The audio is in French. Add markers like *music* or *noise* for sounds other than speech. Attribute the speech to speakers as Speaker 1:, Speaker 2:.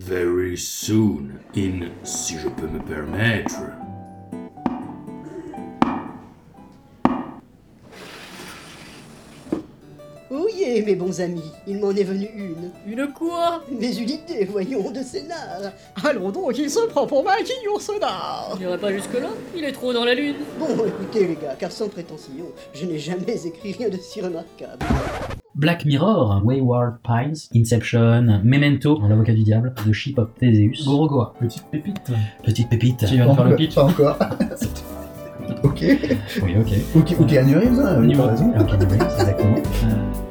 Speaker 1: Very soon, in, si je peux me permettre.
Speaker 2: Oyez, eh, mes bons amis, il m'en est venu une.
Speaker 3: Une quoi
Speaker 2: Mais une idée, voyons, de scénar. Allons donc, il se prend pour maquiller Sonar.
Speaker 3: Il n'irait pas jusque-là, il est trop dans la lune.
Speaker 2: Bon, écoutez, les gars, car sans prétention, je n'ai jamais écrit rien de si remarquable.
Speaker 4: Black Mirror, Wayward Pines, Inception, Memento, l'avocat du diable, The Ship of Theseus, Gorogoa,
Speaker 5: Petite pépite.
Speaker 4: Petite pépite. Tu viens de
Speaker 5: Pas
Speaker 4: faire le
Speaker 5: encore-
Speaker 4: pitch
Speaker 5: Pas encore. ok.
Speaker 4: Oui, ok.
Speaker 5: Ok, ok, Anne Reeves, hein,
Speaker 4: Au
Speaker 5: t'as
Speaker 4: niveau-
Speaker 5: Ah, raison. *laughs*
Speaker 4: Ok, niveau- exactement. Euh,